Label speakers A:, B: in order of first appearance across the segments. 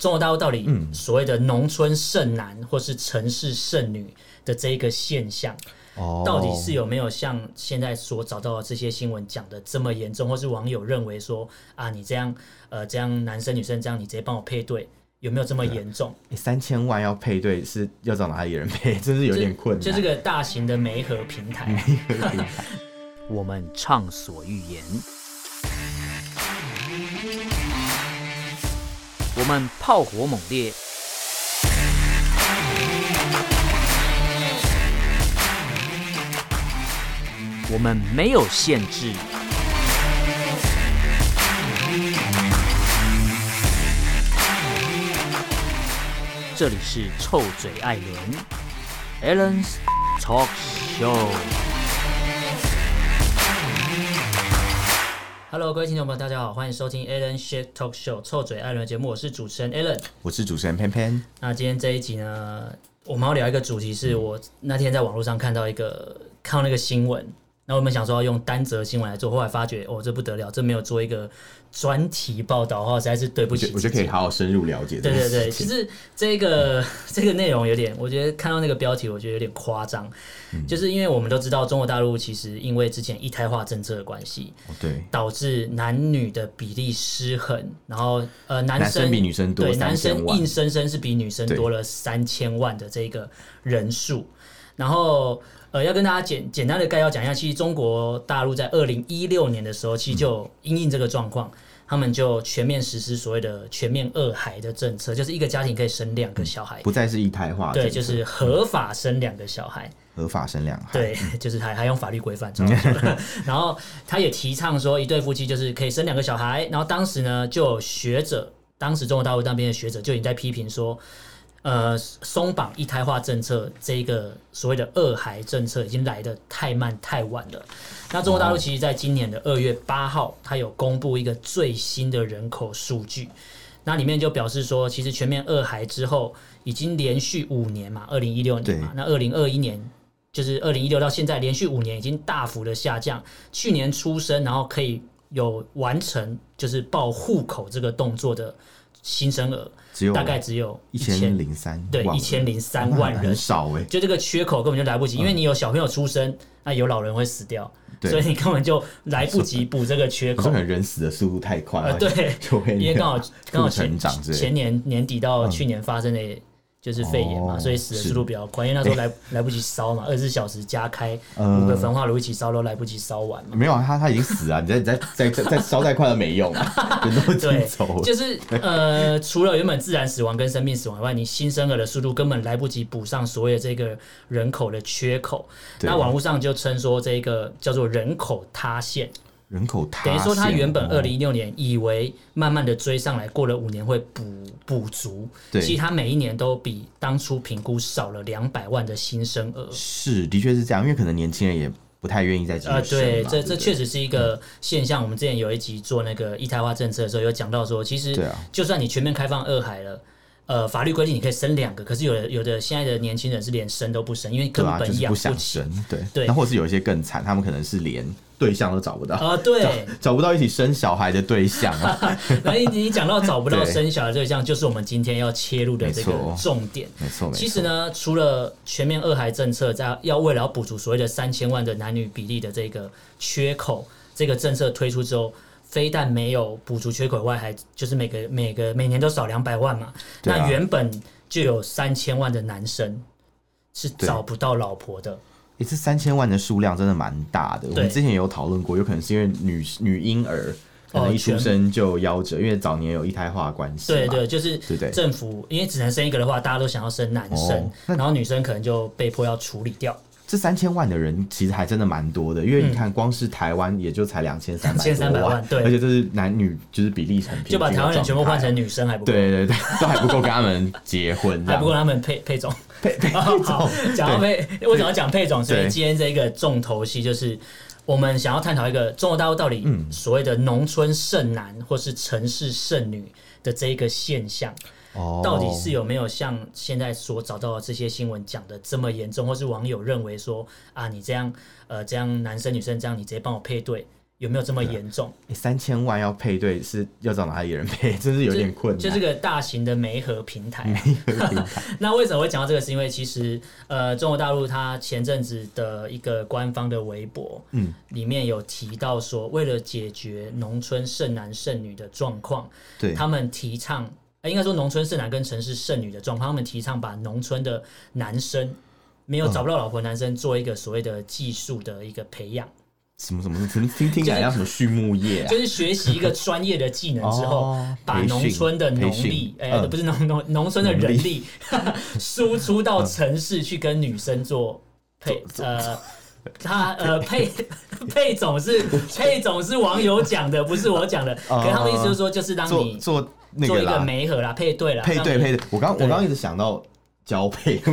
A: 中国大陆到底
B: 嗯
A: 所谓的农村剩男或是城市剩女的这一个现象，
B: 哦，
A: 到底是有没有像现在所找到的这些新闻讲的这么严重，或是网友认为说啊，你这样呃这样男生女生这样，你直接帮我配对，有没有这么严重？
B: 欸三千万要配对是要找哪里人配， 真是有点困难。
A: 就这个大型的媒合平台， 我们畅所欲言，我们炮火猛烈，我们没有限制。这里是臭嘴艾伦 a l l e n s Talk Show。Hello，各位听众朋友，大家好，欢迎收听 Alan Shit Talk Show 臭嘴艾伦节目，我是主持人 Alan。
B: 我是主持人偏偏，
A: 那今天这一集呢，我们要聊一个主题，
B: 嗯
A: 是我那天在网络上看到一个看到那个新闻，那我们想说要用单则新闻来做，后来发觉哦，这不得了，这没有做一个专题报道的话，实在是对不
B: 我
A: 起
B: 觉
A: 自
B: 得
A: 己。
B: 我觉得可以好好深入了解这
A: 对
B: 件
A: 对
B: 事
A: 对，其
B: 情。
A: 实这个 这个内容有点，我觉得看到那个标题，我觉得有点夸张，
B: 嗯
A: 就是因为我们都知道中国大陆其实因为之前一胎化政策的关系，
B: 哦对，
A: 导致男女的比例失衡，然后呃男
B: 男生比女生多
A: 对
B: 三
A: 男
B: 千
A: 生
B: 万
A: 硬生生是比女生
B: 对
A: 多了三千万的这个人数，然后。呃，要跟大家简简单的概要讲一下，其实中国大陆在二零一六年的时候，其实就因应这个状况，他们就全面实施所谓的全面二孩的政策，就是一个家庭可以生两个小孩，
B: 不再是一胎化，
A: 哎对，
B: 政策
A: 就是合法生两个小孩。
B: 合法生两孩。，
A: 对， 就是还还用法律规范，超好笑的 然后他也提倡说，一对夫妻就是可以生两个小孩。然后当时呢，就有学者，当时中国大陆那边的学者就已经在批评说，呃，松绑一胎化政策这一个所谓的二孩政策已经来的太慢太晚了。那中国大陆其实在今年的二月八号，它有公布一个最新的人口数据。那里面就表示说，其实全面二孩之后，已经连续五年嘛，二零一六年嘛，那二零二一年就是二零一六到现在连续五年已经大幅的下降。去年出生，然后可以有完成就是报户口这个动作的新生儿，
B: 只有
A: 大概只有
B: 一千零三，
A: 对一千零三万
B: 那很
A: 人。
B: 少哎。
A: 就这个缺口根本就来不及，因为你有小朋友出生，那有老人会死掉，
B: 嗯对
A: 所以你根本就来不及补这个缺
B: 可是
A: 口
B: 哎可。能人死的速度太快
A: 呃，
B: 了，，
A: 对
B: 就会
A: 因为刚好 刚好前
B: 成长之类的嗯
A: 前年年底到去年发生的就是肺炎嘛，
B: 哦
A: 所以死的
B: 是
A: 速度比较快，因为那时候来、来不及烧嘛，二十四小时加开、
B: 嗯
A: 五个焚化炉一起烧都来不及烧完嘛。
B: 没有啊，他他已经死了，你再再再再再烧再快都没 用啊，人 都已
A: 对
B: 经走，了。
A: 就是呃，除了原本自然死亡跟生命死亡以外，你新生儿的速度根本来不及补上所有这个人口的缺口。
B: 对
A: 那网络上就称说这个叫做人口塌陷，
B: 人口塌陷，
A: 等于说他原本
B: 哦
A: 二零一六年以为慢慢的追上来，过了五年会补补足，
B: 对
A: 其实他每一年都比当初评估少了两百万的新生儿。
B: 是，的确是这样，因为可能年轻人也不太愿意再继续
A: 呃，
B: 生
A: 对，
B: 嘛
A: 这
B: 不嗯
A: 这确实是一个现象。我们之前有一集做那个一胎化政策的时候，有讲到说，其实
B: 对啊
A: 就算你全面开放二孩了。呃，法律规定你可以生两个，可是有的有的现在的年轻人是连生都不生，因为根
B: 对啊，就
A: 本
B: 是
A: 养
B: 不
A: 起。
B: 想生，对
A: 对
B: 那或是有一些更惨，他们可能是连对象都找不到，
A: 呃， 对，
B: 找不到一起生小孩的对象 啊，
A: 然后你你讲到找不到
B: 对
A: 生小孩对象，就是我们今天要切入的这个
B: 没错
A: 重点。
B: 没错没
A: 其
B: 错，
A: 实呢，除了全面二孩政策在要为了要补足所谓的三千万的男女比例的这个缺口，这个政策推出之后，非但没有补足缺口以外，还就是每个每个每年都少两百万嘛。
B: 对啊
A: 那原本就有三千万的男生是
B: 对
A: 找不到老婆的，
B: 也是三千万的数量真的蛮大的，我
A: 对
B: 们之前也有讨论过，有可能是因为女女婴儿可
A: 哦
B: 能一
A: 全
B: 出生就夭折，因为早年有一胎化的关系嘛，
A: 对对，就是
B: 对对
A: 政府因为只能生一个的话，大家都想要生男生
B: 哦，
A: 然后女生可能就被迫要处理掉。
B: 这三千万的人其实还真的蛮多的，因为
A: 嗯
B: 你看，光是台湾也就才两千三百
A: 2300万对
B: 而且这是男女就是比例很平均
A: 就把台湾人全部换
B: 的
A: 成女生还不
B: 状
A: 够，
B: 态，对对 对，都还不够跟他们结婚，这
A: 还啊
B: 样
A: 不够他们配配种。
B: 配配
A: 好好，讲到配，我想要讲配种，所以
B: 对
A: 今天这个重头戏就是我们想要探讨一个中国大陆到底
B: 嗯
A: 所谓的农村剩男或是城市剩女的这一个现象，
B: 哦
A: 到底是有没有像现在所找到的这些新闻讲的这么严重，或是网友认为说啊，你这样呃这样男生女生这样，你直接帮我配对。有没有这么严重？
B: 欸三千万要配对是要找哪里人配，真是有点困难。
A: 就这个大型的媒合平台啊、
B: 有点
A: 那为什么会讲到这个？是因为其实呃，中国大陆它前阵子的一个官方的微博，
B: 嗯，
A: 里面有提到说，为了解决农村剩男剩女的状况，
B: 对，
A: 他们提倡。呃应该说，农村剩男跟城市剩女的状况，他们提倡把农村的男生没
B: 嗯
A: 有找不到老婆的男生做一个所谓的技术的一个培养，
B: 什么什么听听听起来像什么畜牧业啊
A: 就，是学习一个专业的技能之后，
B: 哦
A: 把
B: 培训
A: 农村的农
B: 培训
A: 力，哎、
B: 嗯
A: 不是农农农村的人力， 输出到城市去跟女生做配，呃。他 呃配配总是配总是网友讲的，不是我讲的。
B: 哦
A: 可他们意思就是说，就是当
B: 做
A: 你
B: 做那
A: 做
B: 个
A: 一个
B: 啦，
A: 媒合啦，配对啦，
B: 配
A: 让
B: 对
A: 你
B: 配对，我刚我
A: 对
B: 刚刚一直想到交配， 不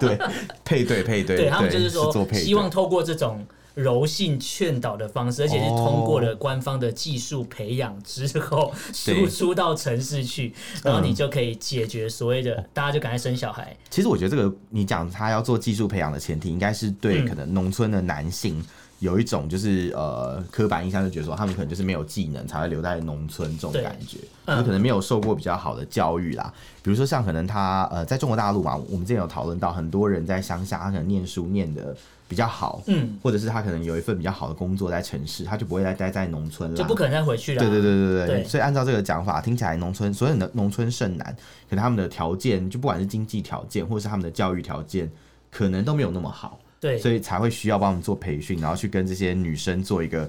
B: 对，配对配对，
A: 对他们就是是
B: 做
A: 说，
B: 配对
A: 希望透过这种柔性劝导的方式，而且是通过了官方的技术培养之后，输
B: 对
A: 出到城市去，然后你就可以解决所谓
B: 嗯
A: 的大家就赶快生小孩。
B: 其实我觉得这个你讲他要做技术培养的前提，应该是对
A: 嗯
B: 可能农村的男性有一种就是呃刻板印象，就觉得说他们可能就是没有技能才会留在农村这种
A: 对
B: 感觉，
A: 嗯
B: 就可能没有受过比较好的教育啦。比如说像可能他呃在中国大陆嘛，我们之前有讨论到很多人在乡下，他可能念书念的比较好，
A: 嗯，
B: 或者是他可能有一份比较好的工作在城市，他就不会再待在农村啦，
A: 就不可能再回去了。
B: 对对对对对，
A: 对
B: 所以按照这个讲法，听起来农村所有的农村剩男，可能他们的条件，就不管是经济条件，或者是他们的教育条件，可能都没有那么好，
A: 对
B: 所以才会需要帮我们做培训，然后去跟这些女生做一个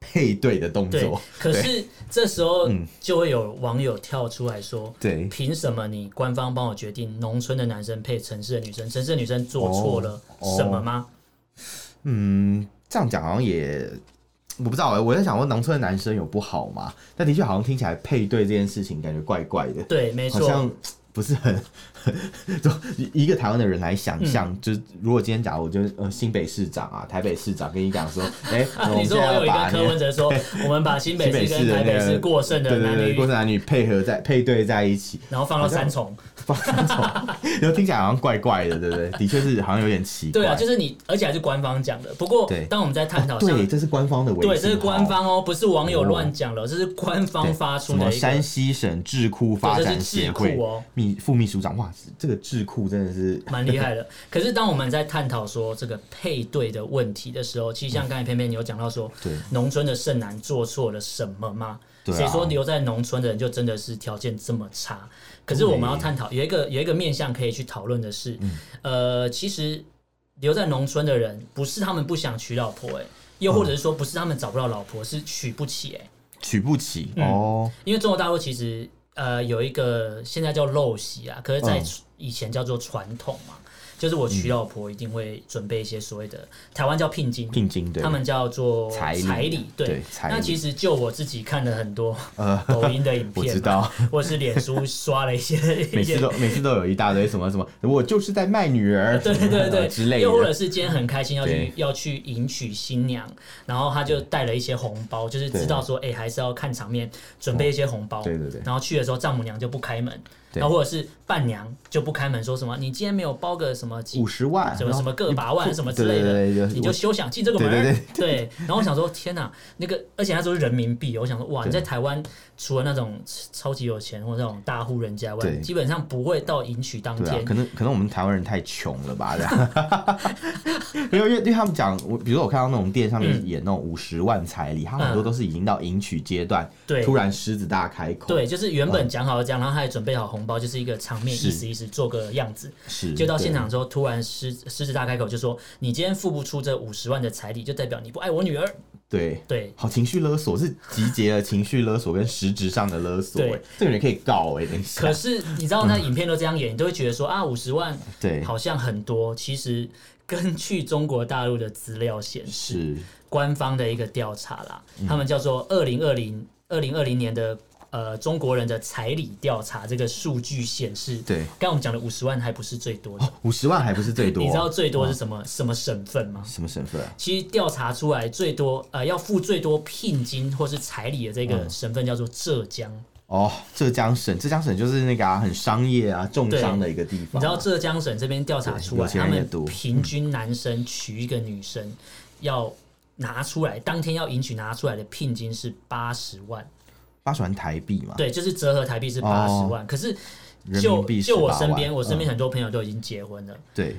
B: 配对的动
A: 对
B: 作。
A: 可是这时候
B: 嗯
A: 就会有网友跳出来说。
B: 对，
A: 凭什么你官方帮我决定农村的男生配城市的女生？城市的女生做错了
B: 哦
A: 什么吗？
B: 嗯，这样讲好像也。我不知道哎、我在想说农村的男生有不好吗？但的确好像听起来配对这件事情感觉怪怪的，
A: 对，没
B: 好
A: 错，
B: 像不是很， 就一个台湾的人来
A: 嗯
B: 想象，就是如果今天假如我就是呃新北市长啊、台北市长跟你讲说，哎、 我
A: 你
B: 们现
A: 说
B: 在
A: 我有
B: 要
A: 一
B: 把
A: 个
B: 那
A: 柯
B: 个
A: 文哲说，我们把新北市跟台北市过剩的
B: 对对
A: 男
B: 对
A: 女
B: 过，剩男女配合在配对在一起，
A: 然后放到三重。
B: 不知道为什么然后听起来好像怪怪的，对不对？的确是好像有点奇怪。
A: 对啊，就是你，而且还是官方讲的。不过
B: 对，啊
A: 当我们在探讨像
B: 对，这是官方的微信号，
A: 对，这是官方哦，不是网友乱讲了，这是官方
B: 对
A: 发出
B: 什么
A: 的一
B: 山
A: 个。
B: 西省智库发
A: 对这是
B: 展协
A: 智库
B: 会
A: 哦
B: 秘副秘书长，哇，这个智库真的是
A: 蛮厉害的， 可是当我们在探讨说这个配对的问题的时候，其实像刚才偏偏你有讲到说，
B: 对
A: 农村的剩男做错了什么吗？
B: 对啊
A: 谁说留在农村的人就真的是条件这么差？可是我们要探
B: 嗯
A: 讨有一个有一个面向可以去讨论的是，呃，其实留在农村的人不是他们不想娶老婆、欸，又或者是说不是他们找不到老婆，是娶不起、欸，
B: 娶不起、哦。
A: 因为中国大陆其实呃有一个现在叫陋习啊，可是在
B: 嗯
A: 以前叫做传统嘛，就是我娶老婆一定会准备一些所谓的台湾叫聘金，
B: 聘金对，
A: 他们叫做
B: 彩礼啊
A: 礼，对
B: 对。彩礼呃
A: 那其实就我自己看了很多抖音的影
B: 我
A: 片，啊
B: 知，道，
A: 或是脸书刷了一些
B: 每
A: 一些
B: 次。都每次都有一大堆什么什么，我就是在卖女 儿，
A: 对对对，
B: 之类
A: 又或者
B: 的。
A: 是今天很开心要
B: 对
A: 去要去迎娶新娘，然后他就带了一些红包，就是知道说，哎、还是要看场面，准备一些红包。
B: 对对对
A: 然后去的时候，丈母娘就不开门，
B: 对
A: 然后或者是伴娘就不开门，说什么你今天没有包个什么几
B: 五十万，
A: 什么
B: 然后
A: 什么个把万什么之
B: 对
A: 类
B: 对
A: 的
B: 对对，对
A: 你就
B: 我
A: 休想进这个门
B: 对
A: 儿。
B: 对
A: 对然后我想说，天哪，那个而且那时候是人民币，我想说，哇，你在台湾除了那种超级有钱或者那种大户人家外，
B: 对
A: 基本上不会到迎娶当
B: 对啊
A: 天，
B: 可能可能我们台湾人太穷了吧，这样。没有， 因为因为他们讲，我比如说我看到那种店上
A: 嗯
B: 面演那种五十万彩礼，他很多都是已经到迎娶阶段，
A: 对
B: 突然狮子大开口，
A: 对，就是原本讲好了这样，然后他还准备好红包，就是一个场面，
B: 是
A: 意思意思做个样子。
B: 是，
A: 就到现
B: 对
A: 场之后，突然狮狮子大开口，就说：“你今天付不出这五十万的彩礼，就代表你不爱我女儿。
B: 对”。
A: 对，
B: 好，情绪勒索是集结了情绪勒索跟实质上的勒索、
A: 对
B: 哎，这个人可以告哎、等一下
A: 可，是你知道那影片都这样演，你都会觉得说啊，五十万
B: 嗯对，
A: 好像很多，其实根据中国大陆的资料显示，
B: 是，
A: 官方的一个调查啦，
B: 嗯
A: 他们叫做二零二零二零二零年的呃中国人的彩礼调查，这个数据显示，
B: 对
A: 刚刚我们讲的五十万还不是最多的。
B: 五十万还不是最多，嗯
A: 你知道最多是什么、什么省份吗？
B: 什么省份啊？
A: 其实调查出来最多呃要付最多聘金或是彩礼的这
B: 嗯
A: 个省份叫做浙江。
B: 哦，浙江省，浙江省就是那个啊，很商业啊，重商的一个地
A: 你
B: 方。
A: 知道浙江省这边调查出
B: 对
A: 来，
B: 有钱
A: 他
B: 人也
A: 们
B: 多
A: 平均男生娶一个女生要拿出来，当天要迎娶拿出来的聘金是八十万，
B: 啊八十万台币嘛，
A: 对，就是折合台币是八十万。可是
B: 哦人
A: 就
B: 民币
A: 就我
B: 18
A: 身
B: 万
A: 边，我身边
B: 嗯
A: 很多朋友都已经结婚了。
B: 对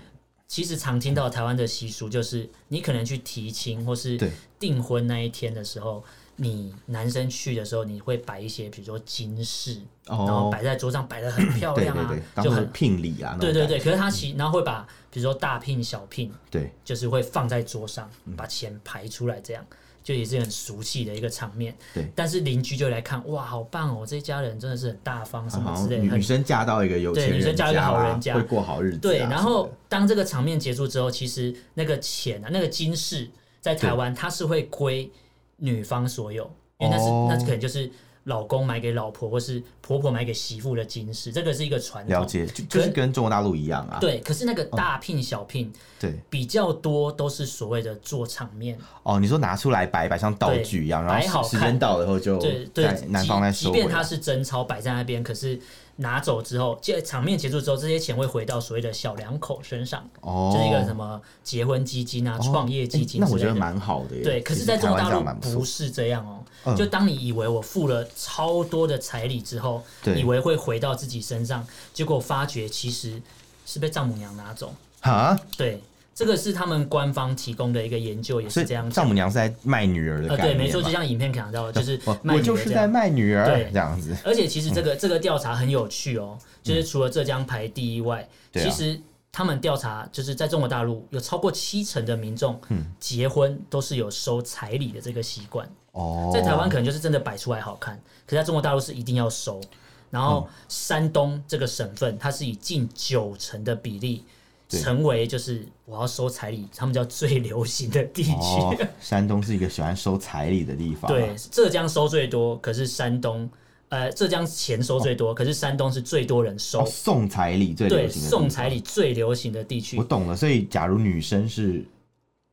A: 其实常听到台湾的习俗就是，你可能去提亲或是
B: 嗯对
A: 订婚那一天的时候，你男生去的时候，你会摆一些比如说金饰，然后
B: 哦，
A: 摆在桌上，摆的很漂
B: 对
A: 亮
B: 对
A: 啊
B: 对，，当
A: 就
B: 做
A: 很
B: 聘礼啊，那
A: 对
B: 种
A: 对
B: 感
A: 对。可是他其然后会把比如说大聘小聘，
B: 对
A: 就是会放在桌上，
B: 嗯
A: 把钱排出来，这样就也是很俗气的一个场面。
B: 对，
A: 但是邻居就来看，哇，好棒哦，这一家人真的是很大方，什么
B: 好
A: 之
B: 像
A: 类
B: 女
A: 的，
B: 女
A: 很
B: 生嫁到一个有
A: 对
B: 钱
A: 女生
B: 人
A: 嫁到一个好
B: 啦
A: 人家
B: 会过好日子啊。
A: 对。
B: 什么
A: 然后
B: 的
A: 当这个场面结束之后，其实那个钱啊，那个金饰在台
B: 嗯
A: 湾它是会归女方所有，因为那是、
B: 哦
A: 那可能就是老公买给老婆，或是婆婆买给媳妇的金饰，这个是一个传
B: 了
A: 统。
B: 解，就就是跟中国大陆一样啊。
A: 对，可是那个大聘小聘
B: 对
A: 比较多，都是所谓的做场面，
B: 哦，你说拿出来摆摆像道具一样，
A: 对
B: 然后
A: 摆好
B: 时时
A: 看
B: 间到了以后就
A: 对对
B: 在，男方再
A: 即即
B: 收回
A: 便它
B: 来。
A: 是真钞摆在那边，可是拿走之后，这场面结束之后，这些钱会回到所谓的小两口身上，
B: 哦，
A: 就是一个什么结婚基金啊、
B: 哦
A: 创、业基金之类的、
B: 哎那我觉得蛮好的耶。
A: 对，可
B: 其
A: 是，
B: 实
A: 在中国
B: 台湾
A: 大
B: 这样蛮不
A: 陆
B: 错
A: 不是这样哦、
B: 嗯
A: 就当你以为我付了超多的彩礼之后，
B: 对
A: 以为会回到自己身上，结果发觉其实是被丈母娘拿走。
B: 啊，
A: 对，这个是他们官方提供的一个研究，也
B: 所
A: 是
B: 以
A: 这样讲
B: 丈母娘是在卖女儿的
A: 呃，
B: 概念
A: 对，没错，
B: 嘛
A: 就像影片讲到的，就是
B: 我
A: 卖
B: 我
A: 女
B: 就
A: 的
B: 是
A: 这
B: 在嗯
A: 样。
B: 卖女儿
A: 对
B: 这样子。
A: 而且其实这个、这个调查很有趣哦，就是除了浙江排第一外，
B: 嗯对啊
A: 其实他们调查就是在中国大陆有超过七成的民众
B: 嗯
A: 结婚都是有收彩礼的这个习惯，
B: 哦，
A: 在台湾可能就是真的摆出来好看，可在中国大陆是一定要收。然后
B: 嗯
A: 山东这个省份，它是以近九成的比例。
B: 对
A: 成为就是我要收彩礼，他们叫最流行的地区。
B: 哦，山东是一个喜欢收彩礼的地方啊。
A: 对，浙江收最多，可是山东，呃，浙江钱收最多，可是山东是最多人收。
B: 哦，送彩礼最流
A: 对，
B: 行的地
A: 送
B: 方
A: 彩礼最流行的地区
B: 我，懂了，所以假如女生是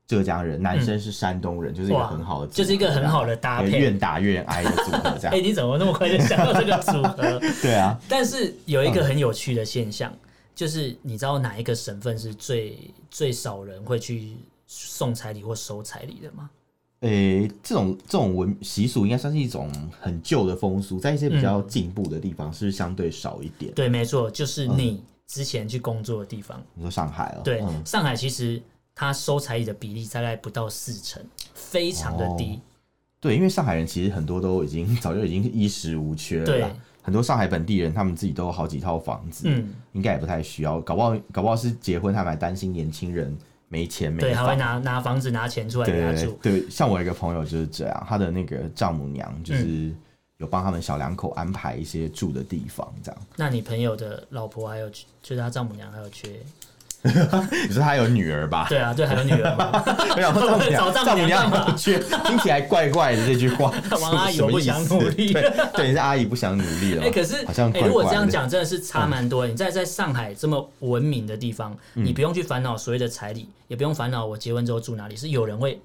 B: 浙江人，男生是山东人，就是一个很好的组合，
A: 嗯就是一个很好的搭
B: 这样
A: 配。
B: 愿打愿挨的组合，这
A: 哎、
B: 样。
A: 你怎么那么快就想到这个组合？
B: 对啊，
A: 但是有一个很有趣的现象，就是你知道哪一个省份是最最少人会去送彩礼或收彩礼的吗？
B: 诶、这种这种文习俗应该算是一种很旧的风俗，在一些比较进步的地方是相对少一点。
A: 嗯对，没错，就是你
B: 嗯
A: 之前去工作的地方。
B: 你说上海哦，
A: 对，
B: 嗯
A: 上海其实它收彩礼的比例大概不到四成，非常的
B: 哦
A: 低。
B: 对，因为上海人其实很多都已经 早就已经衣食无缺了啦
A: 对，
B: 很多上海本地人他们自己都有好几套房子，
A: 嗯，
B: 应该也不太需要，搞不好搞不好是结婚他们还担心年轻人没钱没
A: 对，还
B: 房
A: 会拿拿房子拿钱出来给他
B: 对对
A: 住。
B: 对，像我有一个朋友就是这样，他的那个丈母娘
A: 嗯
B: 就是有帮他们小两口安排一些住的地方，这样。
A: 那你朋友的老婆还有就是他丈母娘还有缺，
B: 你说他有女儿 吧？
A: 对啊，对，还有女儿嘛，
B: 我想说丈母娘，
A: 找丈
B: 丈
A: 母
B: 母
A: 娘干
B: 娘
A: 嘛
B: 有缺，听起来怪怪的这句话，
A: 王阿姨
B: 什么
A: 我不想
B: 意思
A: 努力
B: 对，对，你是阿姨不想努力了
A: 哎、
B: 吗。
A: 可是
B: 好像
A: 哎、
B: 怪
A: 如果
B: 怪
A: 这样
B: 的嗯
A: 讲，真的是差蛮多的。你在在上海这么文明的地方，你不用去烦恼所谓的彩礼，也不用烦恼我结婚之后住哪里，是有人会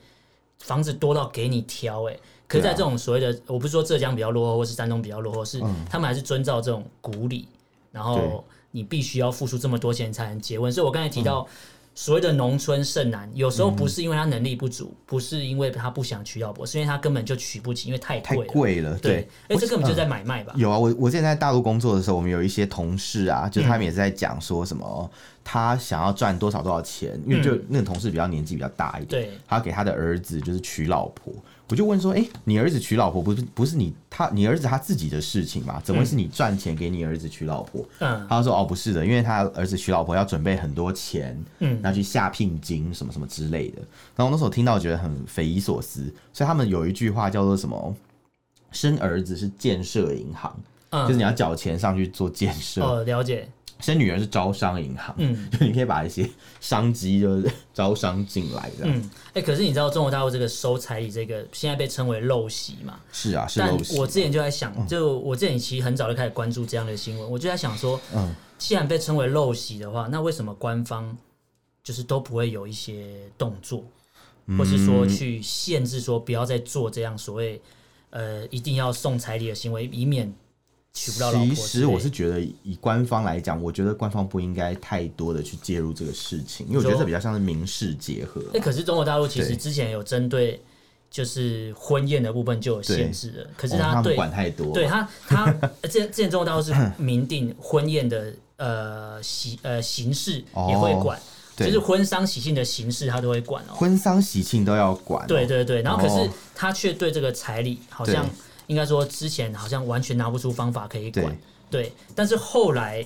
A: 房子多到给你挑、哎，可是，在
B: 对啊
A: 这种所谓的，我不是说浙江比较落后，或是山东比较落后，是、他们还是遵照这种古礼，然后
B: 嗯对
A: 你必须要付出这么多钱才能结婚。所以我刚才提到。
B: 嗯
A: 所谓的农村剩男，有时候不是因为他能力不足，不是因为他不想娶老婆，是因为他根本就娶不起，因为太
B: 太
A: 贵了。
B: 贵了，
A: 对，哎、这根本就在买卖吧？
B: 有啊，我我之前在大陆工作的时候，我们有一些同事啊，就是他们也是在讲说什么，哦他想要赚多少多少钱，因为就那个同事比较年纪比较大一点，
A: 对
B: 他给他的儿子就是娶老婆，我就问说，哎、你儿子娶老婆不是不是你他你儿子他自己的事情嘛？怎么会是你赚钱给你儿子娶老婆？
A: 嗯，
B: 他说：“哦，不是的，因为他儿子娶老婆要准备很多钱，嗯，然后去下聘金什么什么之类的。然后那时候听到觉得很匪夷所思，所以他们有一句话叫做什么？生儿子是建设银行，
A: 嗯
B: 就是你要缴钱上去做建设；
A: 哦，了解。
B: 生女儿是招商银行，
A: 嗯
B: 就你可以把一些商机就是招商进来的。
A: 嗯，哎、可是你知道中国大陆这个收彩礼这个现在被称为陋习嘛？
B: 是啊，是
A: 但
B: 陋习嗯
A: 我之前就在想，就我之前其实很早就开始关注这样的新闻，我就在想说，
B: 嗯
A: 既然被称为陋习的话，那为什么官方就是都不会有一些动作，或是
B: 嗯
A: 说去限制说不要再做这样所谓呃一定要送彩礼的行为，以免娶不到老婆之类
B: 其
A: 的？
B: 实我是觉得，以官方来讲，我觉得官方不应该太多的去
A: 哎
B: 介入这个事情，因为我觉得这比较像是民事结合嘛。
A: 那可是中国大陆其实
B: 对
A: 之前有针对就是婚宴的部分就有限制了。可是
B: 哦
A: 他
B: 们
A: 对、
B: 管太多，
A: 对，他他呃之前之前中国大陆是明定婚宴的呃形呃形式也会管，
B: 哦对
A: 就是婚丧喜庆的形式他都会管哦。
B: 婚丧喜庆都要管、
A: 对，对对，然后可是
B: 哦
A: 他却对这个彩礼好像
B: 对
A: 应该说之前好像完全拿不出方法可以管
B: 对，
A: 对，但是后来。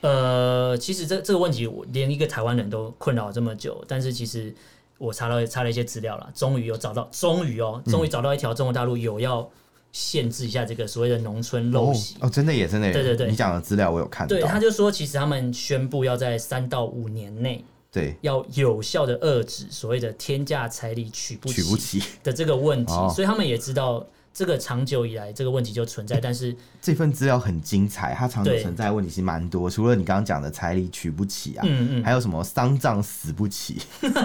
A: 呃，其实这这个问题，我连一个台湾人都困扰了这么久，但是其实我查了查了一些资料了，终于有找到，终于哦，
B: 嗯
A: 终于找到一条中国大陆有要限制一下这个所谓的农村陋
B: 哦
A: 习。
B: 哦，真的也真的也，
A: 对对对
B: 你讲的资料我有看到，
A: 对，他就说，其实他们宣布要在三到五年内
B: 对
A: 要有效的遏制所谓的天价彩礼取不
B: 娶
A: 起
B: 不起
A: 的这个问题，
B: 哦
A: 所以他们也知道这个长久以来这个问题就存在，但 是
B: 这份资料很精彩，它长久
A: 对
B: 存在的问题是蛮多，除了你刚刚讲的彩礼娶不起啊，
A: 嗯嗯，
B: 还有什么丧葬死 不起，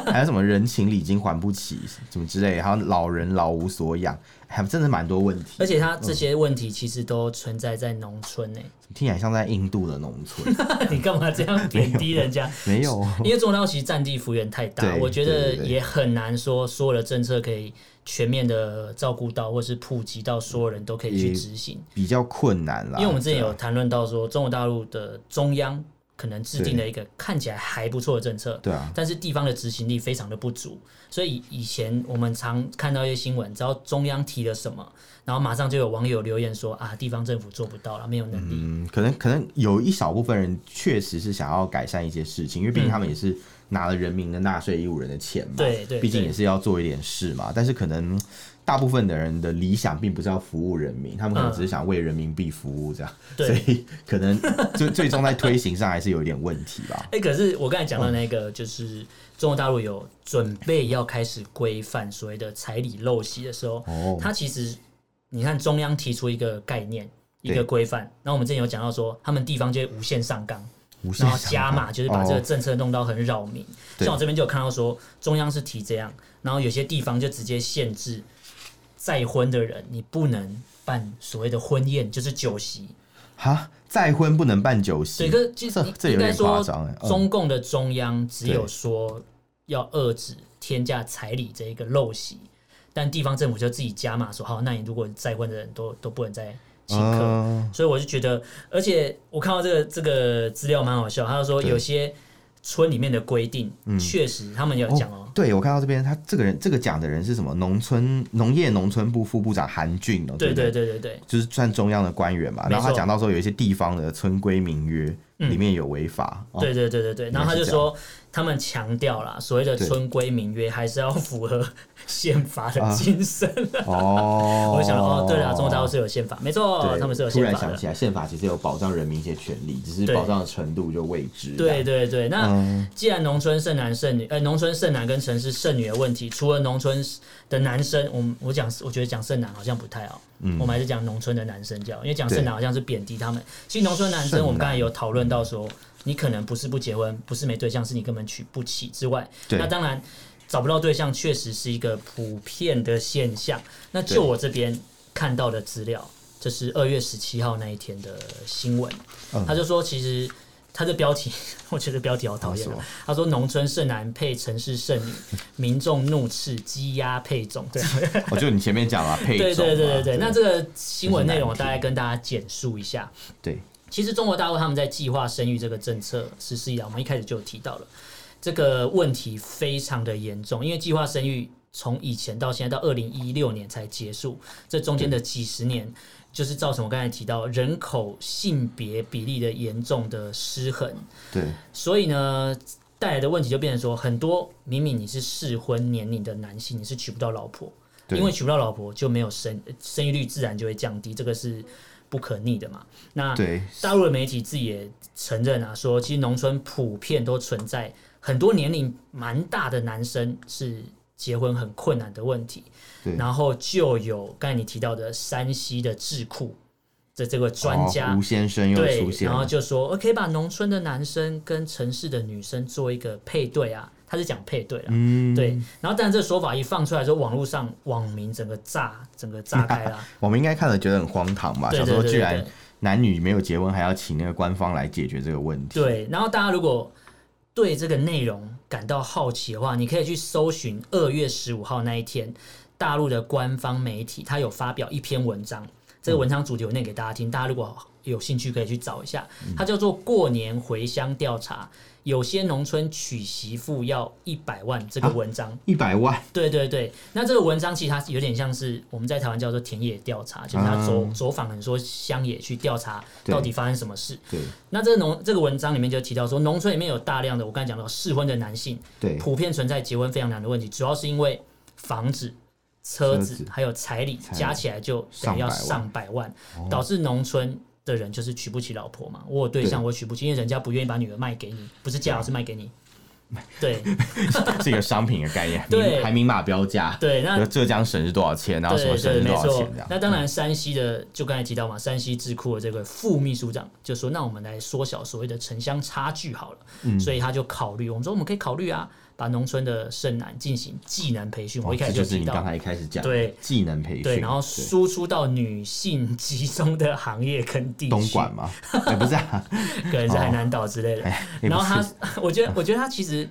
B: 还有什么人情礼金还不起，什么之类，还有老人老无所养，还真的蛮多问题。
A: 而且他这些问题其实都存在在农村呢、
B: 听起来像在印度的农村，
A: 你干嘛这样贬低人家？
B: 没有
A: 因为中国大陆其实占地幅员太大，
B: 对
A: 我觉得
B: 对对对
A: 也很难说所有的政策可以全面的照顾到，或是普及到所有人都可以去
B: 也
A: 执行。
B: 比较困难啦。
A: 因为我们之前
B: 啊
A: 有谈论到说，中国大陆的中央可能制定了一个看起来还不错的政策，
B: 对啊，
A: 但是地方的执行力非常的不足，所以以以前我们常看到一些新闻，只要中央提了什么，然后马上就有网友留言说啊，地方政府做不到了，没有能力。
B: 嗯，可能可能有一小部分人确实是想要改善一些事情，因为毕竟他们也是拿了人民的纳税义务人的钱嘛，
A: 对对
B: 毕竟
A: 对
B: 也是要做一点事嘛。但是可能大部分的人的理想并不是要服务人民，他们可能
A: 嗯
B: 只是想为人民币服务这样，
A: 对
B: 所以可能 最最终在推行上还是有一点问题吧。
A: 哎、可是我刚才讲到那个，就是中国大陆有准备要开始规范所谓的彩礼陋习的时候，
B: 哦，
A: 它其实你看中央提出一个概念。一个
B: 对
A: 规范，然后我们之前有讲到说，他们地方就会无限上纲，
B: 无限
A: 然后
B: 上
A: 加
B: 纲
A: 码，就是把这个
B: 哦
A: 政策弄到很扰民。
B: 对
A: 像我这边就有看到说，中央是提这样，然后有些地方就直接限制再婚的人，你不能办所谓的婚宴，就是酒席。
B: 哈再婚不能办酒席，
A: 对，可是其
B: 这
A: 实
B: 这
A: 应
B: 有
A: 该
B: 点夸
A: 说
B: 张哎，，嗯
A: 中共的中央只有
B: 对
A: 说要遏制天价彩礼这一个陋习，但地方政府就自己加码说，好，那你如果再婚的人都都不能再请客。
B: 嗯
A: 所以我就觉得，而且我看到这个这个资料蛮好笑，他就说
B: 对嗯
A: 有些村里面的规定，确实他们有讲哦，
B: 对，我看到这边，他这个人这个讲的人是什么？农村农业农村部副部长韩俊哦，
A: 对
B: 不
A: 对对对对，
B: 就是算中央的官员嘛。
A: 没错嗯
B: 然后他讲到说，有一些地方的村规民约里面有违法，哦
A: 对对对对对，然后他就说，他们强调啦，所谓的
B: 对
A: 村规民约还是要符 合宪法的精神。
B: 啊哦，
A: 我就想到，哦，对了，中国大陆是有宪法，没错，
B: 对
A: 他们是有
B: 突
A: 宪
B: 然
A: 法
B: 想
A: 的。
B: 起来，宪法其实有保障人民一些权利，只是
A: 对
B: 保障的程度就未知。
A: 对，对对，那
B: 嗯
A: 既然农村剩男剩女，呃，农村剩男跟城市剩女的问题，除了农村的男生，我们我讲，我觉得讲剩男好像不太好，我们还是讲农村的男生就好，因为讲剩男好像是贬低他们。其实农村男
B: 剩
A: 生，
B: 男
A: 我们刚才有讨论到说，你可能不是不结婚，不是没对象，是你根本娶不起之外，
B: 对
A: 那当然找不到对象确实是一个普遍的现象。那
B: 对
A: 就我这边看到的资料，这是二月十七号那一天的新闻，
B: 嗯
A: 他就说其实。他的标题， 我觉得标题好讨厌
B: 他
A: 啊
B: 说！
A: 他说“农村剩男配城市剩 女，民众怒斥鸡鸭配种”，对
B: 我哦就你前面讲了 配
A: 对
B: 种嘛啊
A: 对对对对。那这个新闻内容，我
B: 这是难题
A: 大概跟大家简述一下。
B: 对
A: 其实中国大陆他们在计划生育这个政策实施以来，我们一开始就有提到了这个问题非常的严重，因为计划生育从以前到现在到二零一六年才结束，这中间的几十年就是造成我刚才提到人口性别比例的严重的失衡，
B: 对
A: 所以呢。带来的问题就变成说，很多明明你是适婚年龄的男性，你是娶不到老婆，
B: 对，
A: 因为娶不到老婆就没有生生育率，自然就会降低，这个是不可逆的嘛。那
B: 对
A: 大陆的媒体自己也承认啊，说其实农村普遍都存在很多年龄蛮大的男生是结婚很困难的问题
B: 对。
A: 然后就有刚才你提到的山西的智库的这个专家
B: 哦吴先生又
A: 对
B: 出，现
A: 然后
B: 了，
A: 就说，呃，可以把农村的男生跟城市的女生做一个配对啊，他是讲配对啦，
B: 嗯，
A: 对。然后，但这个说法一放出来之后，网络上网民整个炸，整个炸开 了。
B: 我们应该看了觉得很荒唐吧？
A: 对
B: 啊想
A: 对
B: 说
A: 对
B: 居
A: 对
B: 然
A: 对
B: 男女没有结婚还要请那个官方来解决这个问题，
A: 对。然后大家如果对这个内容感到好奇的话，你可以去搜寻二月十五号那一天大陆的官方媒体，它有发表一篇文章，这个文章主题我念给大家听，大家如果有兴趣可以去找一下，它叫做《过年回乡调查》，有些农村娶媳妇要一百万这个文章。
B: 一百万，
A: 对对对，那这个文章其实它有点像是我们在台湾叫做田野调查，就是他走走访很多乡野去调查
B: 对
A: 到底发生什么事。
B: 对
A: 那这个农这个文章里面就提到说，农村里面有大量的我刚才讲到适婚的男性，
B: 对，
A: 普遍存在结婚非常难的问题，主要是因为房子、车子
B: 车子
A: 还有彩礼
B: 礼
A: 加起来就等于要上
B: 上
A: 百万，哦导致农村。的人就是娶不起老婆嘛，我有对象我娶不起，因为人家不愿意把女儿卖给你，不是嫁，是卖给 你。对
B: 这个商品的概 念，
A: 对
B: 明还明码标价，
A: 对，那
B: 比如浙江省是多少钱，啊然后什么
A: 对
B: 省
A: 对，
B: 是
A: 没
B: 多少
A: 错
B: 钱这。样。嗯
A: 那当然，山西的就刚才提到嘛，山西智库的这个副秘书长就说，那我们来缩小所谓的城乡差距好了。
B: 嗯
A: 所以他就考虑，我们说我们可以考虑啊，把农村的剩男进行技能培训。我一开始
B: 哦这就是
A: 提
B: 你
A: 到
B: 刚。才一开始讲的
A: 对
B: 技能培训，
A: 对，然后
B: 对
A: 输出到女性集中的行业跟地区，
B: 东莞嘛，哎不是啊，
A: 可能是海南岛之类的。
B: 也
A: 然
B: 不
A: 后
B: 是
A: 他， 我觉得，我觉得他其实，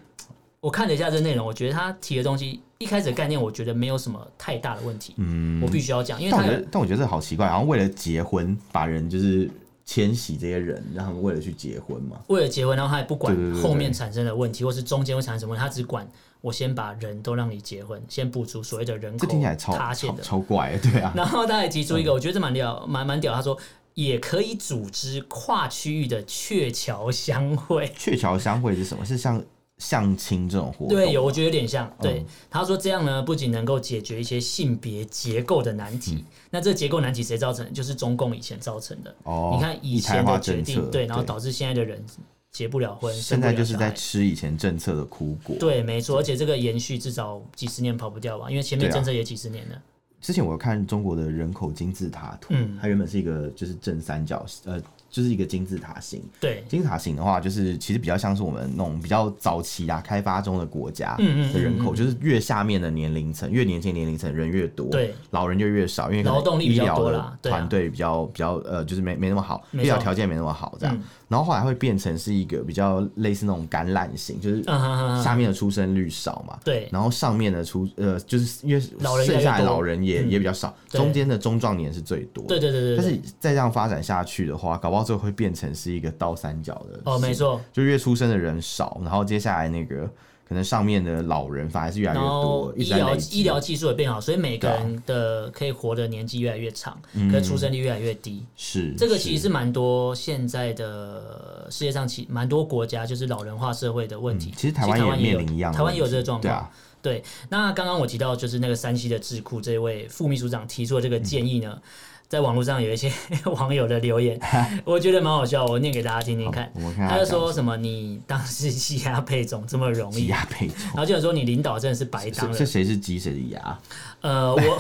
A: 我看了一下这内容，我觉得他提的东西一开始的概念，我觉得没有什么太大的问题。嗯，我必须要讲，因为
B: 但
A: 他
B: 我觉
A: 有
B: 得，但我觉得这好奇怪，好像为了结婚，把人就是迁徙这些人，让他们为了去结婚嘛。
A: 为了结婚，然后他也不管
B: 对对对对
A: 后面产生的问题，或是中间会产生什么问题，他只管我先把人都让你结婚，先补足所谓的人
B: 这
A: 口
B: 听起来超
A: 哦塌陷
B: 超
A: 的。
B: 超怪，对啊，
A: 然后他还提出一个，我觉得这蛮屌，蛮蛮屌。他说也可以组织跨区域的鹊桥相会。
B: 鹊桥相会是什么？是像相亲这种活动？
A: 对，有，我觉得有点像。
B: 嗯
A: 对，他说这样呢，不仅能够解决一些性别结构的难
B: 嗯
A: 题，那这结构难题谁造成？就是中共以前造成的。
B: 哦，
A: 你看以
B: 一胎
A: 前
B: 化
A: 的决
B: 政
A: 定
B: 策，，
A: 对，然后导致现在的人结不了婚，
B: 现
A: 生不
B: 在
A: 了
B: 就是
A: 小
B: 在
A: 孩
B: 吃以前政策的苦果。
A: 对，没错，而且这个延续至少几十年跑不掉吧，因为前面
B: 对啊
A: 政策也几十年了。
B: 之前我有看中国的人口金字塔图，
A: 嗯
B: 它原本是一个就是正三角，呃，就是一个金字塔形。
A: 对，
B: 金字塔型的话，就是其实比较像是我们那种比较早期啊开发中的国家
A: 嗯嗯嗯
B: 的人口，就是越下面的年龄层，越年轻的年龄层人越多，
A: 对，
B: 老人就越少，因为可能
A: 劳动力比
B: 医
A: 较
B: 疗
A: 多
B: 的
A: 啦对啊
B: 团队比较比较呃，就是没没那么好，
A: 没
B: 医疗
A: 错
B: 条件没那么好这样
A: 嗯。
B: 然后后来会变成是一个比较类似那种橄榄型，就是
A: 嗯哼哼
B: 下
A: 哼，
B: 面的出生率少嘛，
A: 对
B: 然后上面的出呃，就是因为
A: 老人越来
B: 剩
A: 越
B: 下来
A: 多
B: 老人
A: 嗯
B: 也、也比较少，
A: 对
B: 中间的中壮年是最多的。
A: 对对对对
B: 但
A: 对，
B: 是再这样发展下去的话，搞不好最后会变成是一个倒三角的。
A: 哦，没，错。
B: 就越出生的人少，然后接下来那个可能上面的老人反而是越来越
A: 然后
B: 多，一
A: 医
B: 直在
A: 疗
B: 累积
A: 医疗技术也变好，所以每个
B: 对啊嗯
A: 人的可以活的年纪越来越长，可是出生率越来越低。
B: 是
A: 这个其实
B: 是
A: 是蛮多现在的世界上其蛮多国家就是老人化社会的问题。
B: 嗯其实台湾
A: 也
B: 面
A: 有
B: 临一样的问题，
A: 台湾也有这个状
B: 对
A: 况。
B: 啊，
A: 对，那刚刚我提到就是那个山西的智库这位副秘书长提出的这个建议呢，在网络上有一些 网友的留 言，我觉得蛮好笑，我念给大家听听看
B: 好我们。看他
A: 他就
B: 讲
A: 说什么你当司机啊配种这么容
B: 鸡
A: 易，
B: 鸭配种，
A: 然后就有说你领导真的是白 当
B: 啊是
A: 了
B: 是。谁是鸡谁是鸭？
A: 呃，我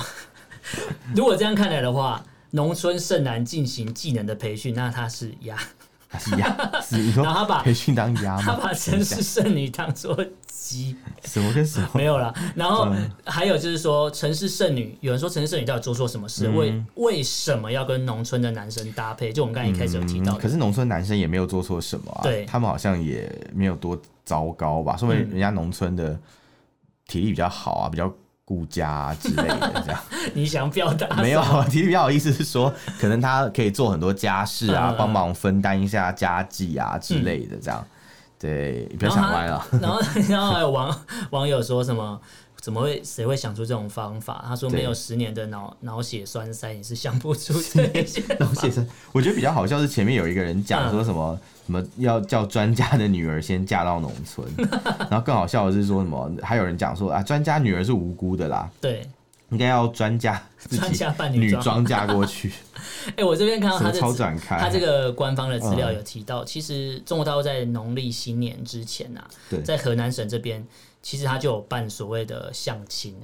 A: 如果这样看来的话。农村剩男进行技能的培训，那他是呀，
B: 还是鸭？是你 说
A: 然后他把
B: 培训当鸭
A: 他
B: 吗？
A: 把绅士剩女当做鸡，
B: 什么跟什么？
A: 没有啦。然后
B: 嗯
A: 还有就是说，城市剩女，有人说城市剩女到底做错什么
B: 嗯
A: 事？为为什么要跟农村的男生搭配？就我们刚才一开始有提到
B: 嗯可
A: 的，
B: 是农村男生也没有做错什么啊，
A: 对
B: 他们好像也没有多糟糕吧？说明人家农村的体力比较好啊，比较顾家、啊、之 类的，这样
A: 你想表达
B: 没有
A: 什么
B: 体力比较好，意思是说，可能他可以做很多家事啊
A: 嗯，
B: 帮忙分担一下家计啊之类的，这样。对，不
A: 然
B: 要
A: 后
B: 想
A: 他
B: 歪了。
A: 然后，然后还有网网友说什么？怎么会？谁会想出这种方法？他说
B: 对
A: 没有十年的脑脑血栓塞，你是想不出这 些。
B: 然后先生，我觉得比较好笑是前面有一个人
A: 嗯
B: 讲说什么、什么要叫专家的女儿先嫁到农 村，然后更好笑的是说什么还有人讲说啊专家女儿是无辜的啦，
A: 对，
B: 应该要专家 自
A: 专
B: 己
A: 家扮
B: 女
A: 装。
B: 装嫁 过去，
A: 哎、我这边看到
B: 什
A: 他
B: 么
A: 的
B: 超
A: 资
B: 展开，
A: 他这个官方的资料
B: 哎嗯
A: 有提到，其实中国大陆在农历新年之前啊，
B: 对
A: 在河南省这边，其实他就有办所谓的相亲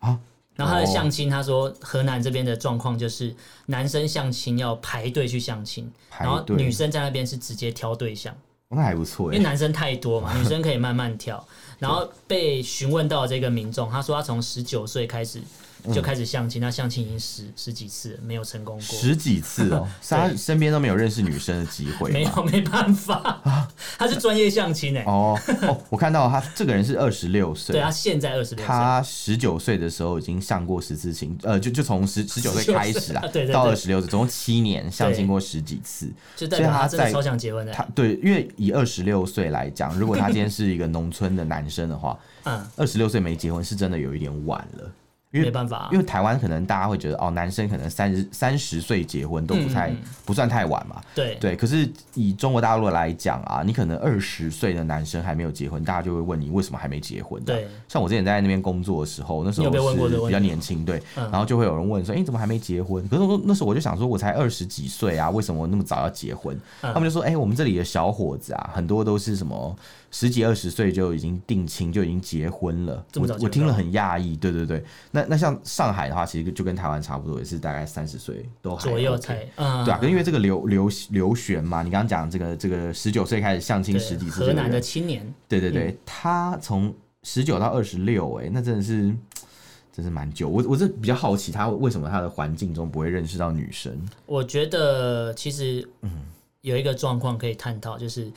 A: 哎、
B: 啊
A: 然后他的
B: 哦
A: 相亲，他说河南这边的状况就是男生相亲要排队去相亲，
B: 排
A: 然后
B: 队
A: 女生在那边是直接挑对象，
B: 那还不错
A: 因
B: 哎、
A: 为男生太多 嘛，女生可以慢慢挑。然后被询问到这个民众，他说他从十九岁开始
B: 嗯
A: 就开始相亲，他相亲已经十十几次了没有成功过。
B: 十几次哦、是他身边都没有认识女生的机会吗，
A: 没有，没办法，他他是专业相亲哎、
B: 啊哦哦，我看到他这个人是二十六岁，
A: 对他现在二十六岁，
B: 他十九岁的时候已经上过十次亲，呃，就就从十十九岁开始啊，
A: 19岁对对对
B: 到二十六岁，总共七年相亲过十几次。
A: 就代表他真的
B: 所以他在
A: 超想结婚的、
B: 他对，因为以二十六岁来讲，如果他今天是一个农村的男生的话，
A: 嗯，
B: 二十六岁没结婚是真的有一点晚了。因
A: 没
B: 为
A: 办法啊、
B: 因为台湾可能大家会觉得哦，男生可能三十三十岁结婚都不太、
A: 嗯嗯
B: 不算太晚嘛，
A: 对
B: 对，可是以中国大陆来讲啊，你可能二十岁的男生还没有结婚，大家就会问你为什么还没结婚、啊？
A: 对，
B: 像我之前在那边工作的时候，那时
A: 你有
B: 候
A: 被问过这
B: 是
A: 个问
B: 比较
A: 题
B: 年轻，对，
A: 嗯
B: 然后就会有人问说，哎、你怎么还没结婚？可是我那时候我就想说，我才二十几岁啊，为什么我那么早要结婚？
A: 嗯
B: 他们就说，哎、我们这里的小伙子啊，很多都是什么十几二十岁就已经定亲，就已经结婚了。
A: 这么早
B: 我
A: 就
B: 我听
A: 有
B: 了很讶异，对对对。那那像上海的话，其实就跟台湾差不多，也是大概三十岁都还
A: 左右
B: OK
A: 才嗯，
B: 对啊，可是因为这个流流流旋嘛，你刚刚讲这个这个十九岁开始相亲
A: 对
B: 十几次，
A: 河南的，嗯青年，
B: 对对对，他从十九到二十六，哎，那真的是。真是蛮久，我我是比较好奇他为什么他的环境中不会认识到女生，
A: 我觉得其实
B: 嗯
A: 有一个状况可以探讨，就是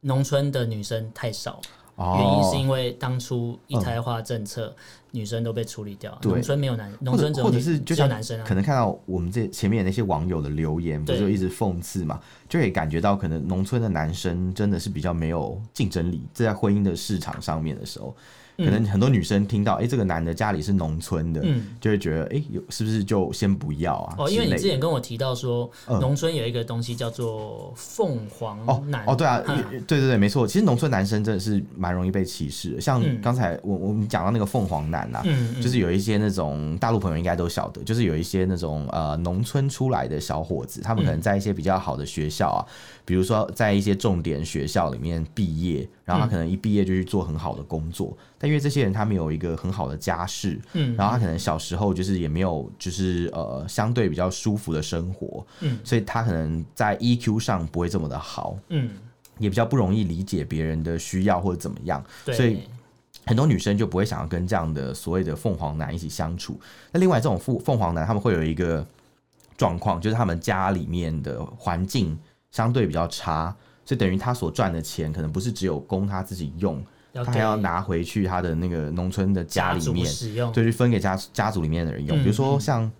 A: 农村的女生太少，
B: 哦
A: 原因是因为当初一胎化政策，女生都被处理掉，
B: 嗯对
A: 农村没有男，农
B: 或
A: 村
B: 者
A: 只有
B: 或者
A: 女
B: 是就
A: 只有
B: 像
A: 男生啊
B: 可，能看到我们这前面那些网友的留言，不
A: 对
B: 是就一直讽刺嘛，就可以感觉到可能农村的男生真的是比较没有竞争力，这在婚姻的市场上面的时候，可能很多女生听到哎、诶这个男的家里是农村的，
A: 嗯
B: 就会觉得哎、诶有是不是就先不要啊？
A: 哦，因为
B: 之
A: 你
B: 类
A: 之
B: 的嗯
A: 前跟我提到说，农村有一个东西叫做凤
B: 哦
A: 凰男
B: 哦，对啊，
A: 嗯
B: 对对对，没错。其实农村男生真的是蛮容易被歧视的，像
A: 嗯
B: 刚才我我们讲到那个凤凰男啊，
A: 嗯嗯
B: 就是有一些那种大陆朋友应该都晓得，就是有一些那种呃农村出来的小伙子，他们
A: 嗯
B: 可能在一些比较好的学校啊，比如说在一些重点学校里面毕业，
A: 嗯
B: 然后他可能一毕业就去做很好的工作，但因为这些人他们有一个很好的家世，
A: 嗯
B: 然后他可能小时候就是也没有就是呃相对比较舒服的生活，
A: 嗯
B: 所以他可能在 EQ 上不会这么的好，
A: 嗯，
B: 也比较不容易理解别人的需要或者怎么样，
A: 对，
B: 所以很多女生就不会想要跟这样的所谓的凤凰男一起相处。那另外这种凤凤凰男，他们会有一个状况，就是他们家里面的环境相对比较差，所以等于他所赚的钱可能不是只有供他自己用，
A: 要
B: 他还要
A: 给
B: 拿回去他的那个农村的
A: 哦
B: 家
A: 家
B: 里
A: 族
B: 面，
A: 使用，
B: 对，去分给家家族里面的人用。
A: 嗯
B: 比如说像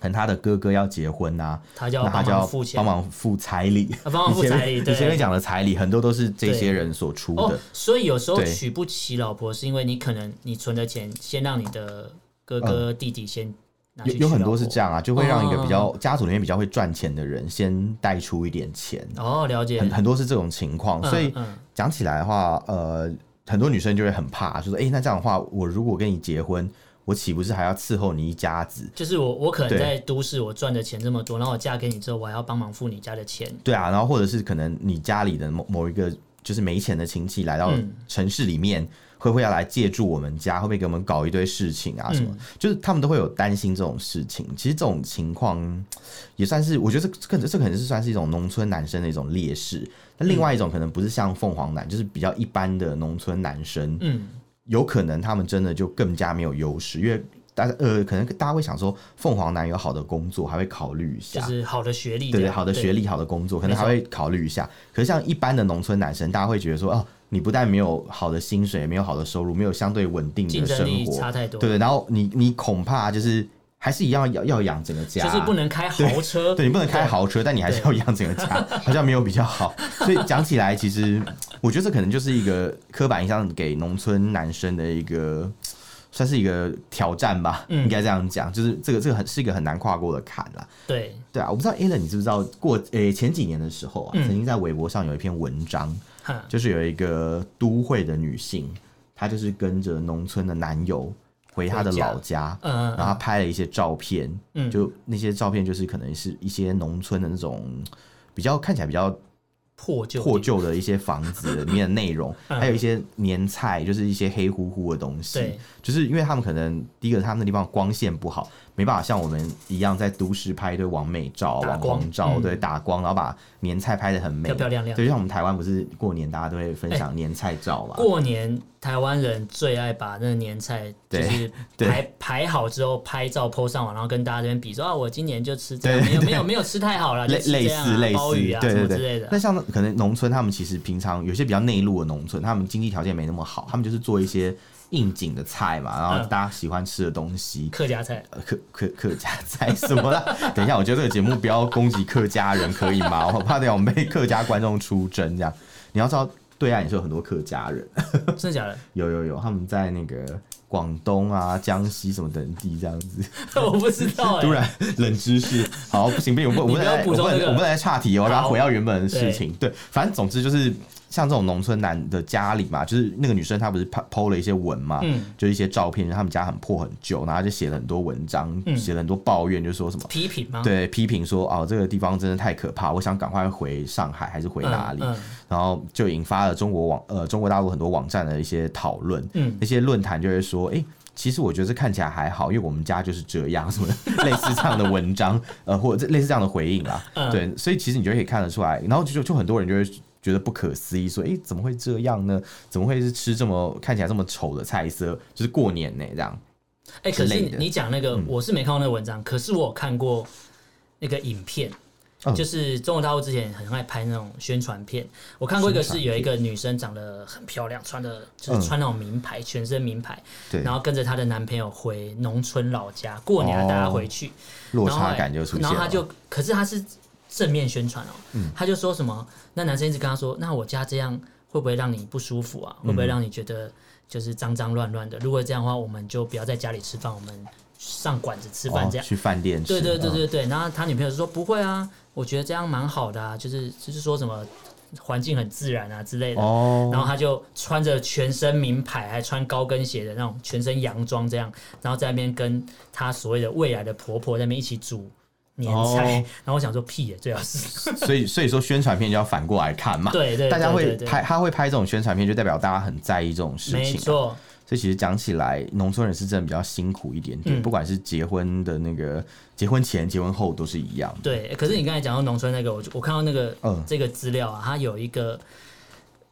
B: 可能他的哥哥要结婚呐、
A: 他就
B: 那
A: 要
B: 他
A: 帮
B: 就
A: 忙
B: 要
A: 付钱
B: 帮，忙付彩礼。
A: 啊帮忙付彩礼，
B: 你前面
A: 对。
B: 讲的彩礼很多都是这些人所出
A: 哦
B: 的，，
A: 所以有时候
B: 对
A: 娶不起老婆，是因为你可能你存的钱先让你的哥哥弟弟先拿去哦
B: 嗯有
A: 娶
B: 有很多是这
A: 样。
B: 样啊，就会让一个比较家族里面比较会赚钱的人先带出一点钱，
A: 哦，了解
B: 很。很多是这种情况。所以
A: 嗯嗯
B: 讲起来的话，呃，很多女生就会很怕，就说：“哎、那这样的话，我如果跟你结婚，我岂不是还要伺候你一家子？”
A: 就是我，我可能
B: 对
A: 在都市，我赚的钱这么多，然后我嫁给你之后，我还要帮忙付你家的钱。
B: 对啊，然后或者是可能你家里的某某一个就是没钱的亲戚来到
A: 嗯
B: 城市里面，会不会要来借住我们家？会不会给我们搞一堆事情啊什么？就是他们都会有担心这种事情。啊其实这种情况嗯也算是，我觉得这这这可能是算是一种农村男生的一种劣势。那另外一种可能不是像凤凰男，就是比较一般的农村男生，
A: 嗯，
B: 有可能他们真的就更加没有优势，因为。大家呃，可能大家会想说，凤凰男有好的工作，还会考虑一下
A: 就。是好的学历这
B: 对
A: 样，
B: 对，好的学历、好的工作，可能还会考虑一下。可是像一般的农村男生，大家会觉得说，哦，你不但没有好的薪水，没有好的收入，没有相对稳定
A: 竞
B: 的
A: 争
B: 生
A: 力差
B: 活，
A: 太多，
B: 对，然后你你恐怕就是还是一样要要养整个家，
A: 就是不能开豪车，
B: 对你不能开豪车，但你还是要养整个家， 好像没有比较好。所以讲起来，其实我觉得这可能就是一个刻板印象给农村男生的一个。算是一个挑战吧，
A: 嗯
B: 应该这样讲，就是这个这个很是一个很难跨过的坎啦。
A: 对，
B: 对啊，我不知道 Alan，你知不知道过诶、前几年的时候啊，
A: 嗯
B: 曾经在微博上有一篇文章，
A: 哈，
B: 就是有一个都会的女性，她就是跟着农村的男友回她的
A: 回家
B: 老家，
A: 嗯
B: 然后她拍了一些照片，
A: 嗯
B: 就那些照片就是可能是一些农村的那种比较看起来比较
A: 破旧
B: 破
A: 地
B: 旧的一些房子里面的内容，
A: 嗯
B: 还有一些年菜，就是一些黑乎乎的东西
A: 对。
B: 就是因为他们可能第一个，他们那地方光线不好，没办法像我们一样在都市拍一堆完美照、
A: 打
B: 网
A: 光
B: 红照，
A: 嗯
B: 对，打光，然后把年菜拍的很美，
A: 漂漂亮亮哎
B: 对，就像我们台湾不是过年大家都会分享年菜照啊嘛，
A: 过年台湾人最爱把那个年菜就
B: 对
A: 是
B: 对
A: 排排好之后拍照 PO 上网，然后跟大家这边比说啊，我今年就吃这样，没有没有没有吃太好了，就吃这
B: 类类
A: 样
B: 似
A: 啊
B: 类
A: 鲍
B: 似，
A: 鱼啊
B: 对
A: 什
B: 对
A: 么之类
B: 对。
A: 的
B: 那。像可能农村，他们其实平常有些比较内陆的农村，他们经济条件没那么好，他们就是做一些应景的菜嘛，然后
A: 嗯
B: 大家喜欢吃的东西。
A: 客家菜，
B: 呃客客客家菜什么啦？ 等一下，我觉得这个节目不要攻击客家人，可以吗？我怕等一下我们被客家观众出征这样。你要知道，对岸也是有很多客家人，
A: 真的 假的？
B: 有有有，他们在那个广东啊、江西什么等地这样子。
A: 我不知道哎、
B: 突然冷知识，好，不行不行，我
A: 你
B: 们
A: 不
B: 我们
A: 要
B: 来
A: 补
B: 我
A: 充
B: 们
A: 这
B: 来
A: 个
B: 我们来岔题哦，我要
A: 好
B: 回到原本的事情。对，反正总之就是像这种农村男的家里嘛，就是那个女生她不是拍 PO 了一些文嘛，
A: 嗯
B: 就一些照片，他们家很破很旧，然后她就写了很多文章，
A: 嗯
B: 写了很多抱怨，就说什么。
A: 欸批评吗？
B: 对，批评说哦，这个地方真的太可怕，我想赶快回上海还是回
A: 嗯，
B: 哪里？
A: 嗯
B: 然后就引发了中国网呃中国大陆很多网站的一些讨论，
A: 嗯
B: 那些论坛就会说，哎、其实我觉得这看起来还好，因为我们家就是这样，什么 类似这样的文章，呃，或者类似这样的回应啊，
A: 嗯
B: 对，所以其实你就可以看得出来，然后就就很多人就会觉得不可思议，说，哎、怎么会这样呢？怎么会是吃这么看起来这么丑的菜色？就是过年呢、这样，
A: 哎、可
B: 之
A: 是
B: 类
A: 你
B: 的嗯
A: 你讲那个，我是没看过那个文章，可是我有看过那个影片，
B: 嗯
A: 就是中国大陆之前很爱拍那种宣传片。我看过一个是有一个女生长得很漂亮，穿的就是
B: 嗯
A: 穿那种名牌，全身名牌，
B: 对
A: 然，后跟着她的男朋友回农村老家过年，带她回去，
B: 落
A: 然后
B: 差
A: 欸
B: 感就出现
A: 然
B: 了。嗯
A: 后她就，可是她是正面宣传哦、她就说什么，那男生一直跟她说，那我家这样会不会让你不舒服啊？会不会
B: 嗯
A: 让你觉得就是脏脏乱乱的？如果这样的话，我们就不要在家里吃饭，我们上馆子吃饭
B: 哦
A: 这样。
B: 去饭店吃，
A: 对对对
B: 嗯
A: 对对，然后他女朋友就说不会啊，我觉得这样蛮好的啊，就是就是说什么环境很自然啊之类的。
B: 哦，
A: 然后他就穿着全身名牌，还穿高跟鞋的那种全身洋装这样，然后在那边跟她所谓的未来的婆婆在那边一起煮年菜。
B: 哦
A: 然后我想说屁耶，最好是
B: 所以所以说宣传片就要反过来看嘛，
A: 对对，
B: 大家
A: 对
B: 会
A: 对对
B: 拍，他会拍这种宣传片，就代表大家很在意这种事
A: 没
B: 情啊、
A: 错，
B: 所以其实讲起来，农村人是真的比较辛苦一点点，
A: 嗯
B: 不管是结婚的那个结婚前、结婚后都是一样。
A: 对。可是你刚才讲到农村那个，我就我看到那个、
B: 嗯
A: 这个资料啊，它有一个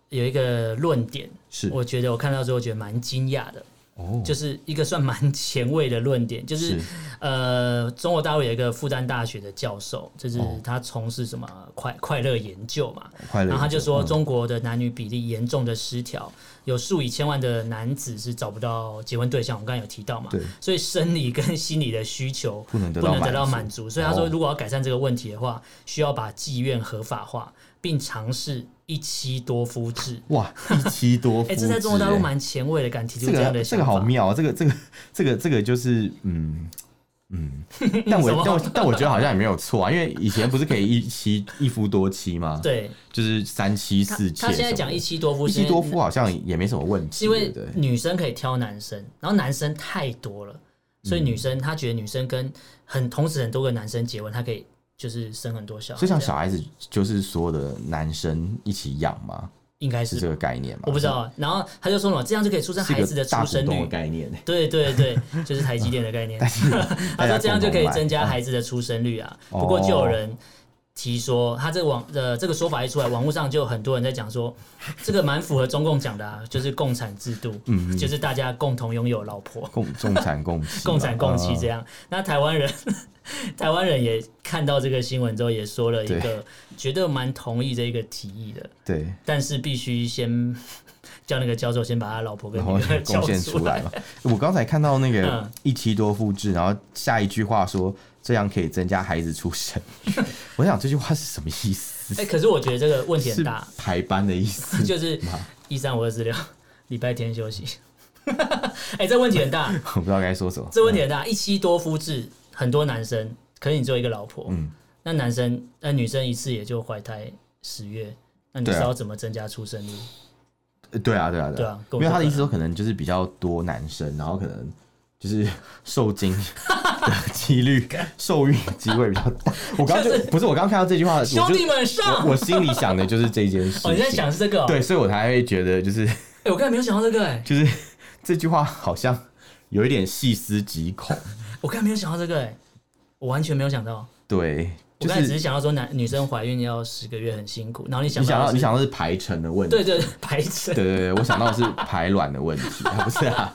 A: 有一个论点，
B: 是
A: 我觉得我看到之后觉得蛮惊讶的，
B: 哦，
A: 就是一个算蛮前卫的论点，就是
B: 是
A: 呃，中国大陆有一个复旦大学的教授，就是
B: 哦
A: 他从事什么快快乐研究嘛，
B: 快乐。嗯
A: 然后他就说，中国的男女比例严重的失调，有数以千万的男子是找不到结婚对象。我们刚才有提到嘛
B: 对，
A: 所以生理跟心理的需求
B: 嗯不能得到满足
A: 满足。所以他说，
B: 哦
A: 如果要改善这个问题的话，需要把妓院合法化，并尝试一妻多夫制。
B: 哇，一妻多 夫
A: 哎、
B: 制、
A: 这在中国大陆
B: 哎
A: 蛮前卫的，敢提出
B: 这
A: 样的
B: 个这
A: 想
B: 个
A: 法。
B: 好妙、啊，这个这个这个这个就是嗯。 嗯，但
A: 什么
B: 我但我但我觉得好像也没有错啊，因为以前不是可以一妻一夫多妻吗？，
A: 对
B: 就是三妻
A: 他
B: 四妾什么
A: 他
B: 的。
A: 现在讲一妻多夫
B: 一
A: 是因
B: 妻
A: 为，
B: 多夫好像也没什么问
A: 是
B: 题，
A: 因为
B: 对不对
A: 女生可以挑男生，然后男生太多了，所以
B: 嗯
A: 女生她觉得女生跟很同时很多个男生结婚，她可以就是生很多小孩，
B: 所以像
A: 这样
B: 小孩子就是所有的男生一起养嘛，
A: 应该
B: 是
A: 是
B: 这
A: 吧
B: 个概念嘛？
A: 我不知道啊。然后他就说什么这样就可以促
B: 是
A: 生孩子的
B: 是一个大
A: 出
B: 股
A: 生
B: 东的
A: 率，
B: 概念，
A: 对对对，就是台积电的概 念。 他
B: 大
A: 说
B: 家
A: 这样就可以
B: 共同买
A: 增加孩子的出生率啊。
B: 哦
A: 不过就有人提说，他这个网呃这个说法一出来，网络上就有很多人在讲说，这个蛮符合中共讲的啊，就是共产制度，
B: 嗯
A: 就是大家共同拥有老婆。
B: 共共 产共妻嘛，嗯
A: 共产共妻这
B: 样。
A: 样。那台湾人， 台湾人也看到这个新闻之后，也说了一个觉得蛮同意这一个提议的，
B: 对，
A: 但是必须先 叫那个教授先把他老婆跟
B: 然
A: 女
B: 后
A: 儿
B: 贡
A: 叫
B: 献
A: 出
B: 来。嘛。我刚才看到那个
A: 嗯
B: 一妻多夫制，然后下一句话说这样可以增加孩子出生， 我想这句话是什么意思？
A: 哎、可是我觉得这个问题很
B: 是
A: 大，，
B: 排班的意思
A: 就是一三五二四六，礼拜天休息。 哎、这问题很 大，
B: 我不知道该说什么。
A: 这问题很大。一妻多夫制，很多男生，可是你只有一个老婆，
B: 嗯
A: 那男生那女生一次也就怀胎十月，那你
B: 对
A: 是
B: 啊
A: 要怎么增加出生率？
B: 呃对啊，对啊，
A: 对
B: 对
A: 啊
B: 啊，
A: 跟我
B: 因为他
A: 说
B: 的意思
A: 的
B: 说可能就是比较多男生，然后可能就是 受精的几率、受孕机会比较 大。我刚刚就不是我刚刚看到这句话，我就
A: 兄弟们上！
B: 我我心里想的就是这件事情。
A: 哦，你在想是这个、哦？
B: 对，所以我才会觉得就是
A: 哎、我刚才没有想到这个哎、
B: 就是这句话好像有一点细思极恐。
A: 我刚才没有想到这个、欸，我完全没有想到。
B: 对，
A: 我
B: 就
A: 刚才只是
B: 是
A: 想到说男女生怀孕要十个月很辛苦，然后你想
B: 你想
A: 到
B: 到
A: 的
B: 你
A: 是
B: 想到是排程的问题，
A: 对对对白痴，
B: 对对对，我想到的是排卵的问题，啊不是啊，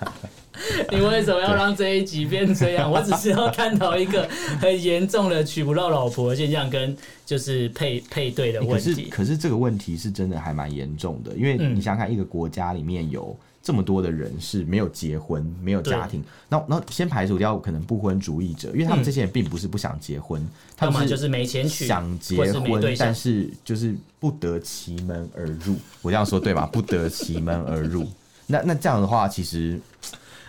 A: 你为什么要让这一集变这 样？我只是要探讨一个很严重的娶不到老婆的现象跟就是配配对的
B: 欸可
A: 问
B: 是
A: 题。
B: 可是这个问题是真的还蛮严重的，因为
A: 嗯
B: 你想想看，一个国家里面有这么多的人是没有结婚、没有家庭，那那先排除掉可能不婚主义者，因为他们这些人并不是不想结婚，他
A: 要么
B: 们
A: 就是没钱娶，
B: 想
A: 或
B: 结
A: 是没
B: 婚，
A: 对象
B: 但。是就是不得其门而入。我这样说 对吧？不得其门而入。那那这样的话，其实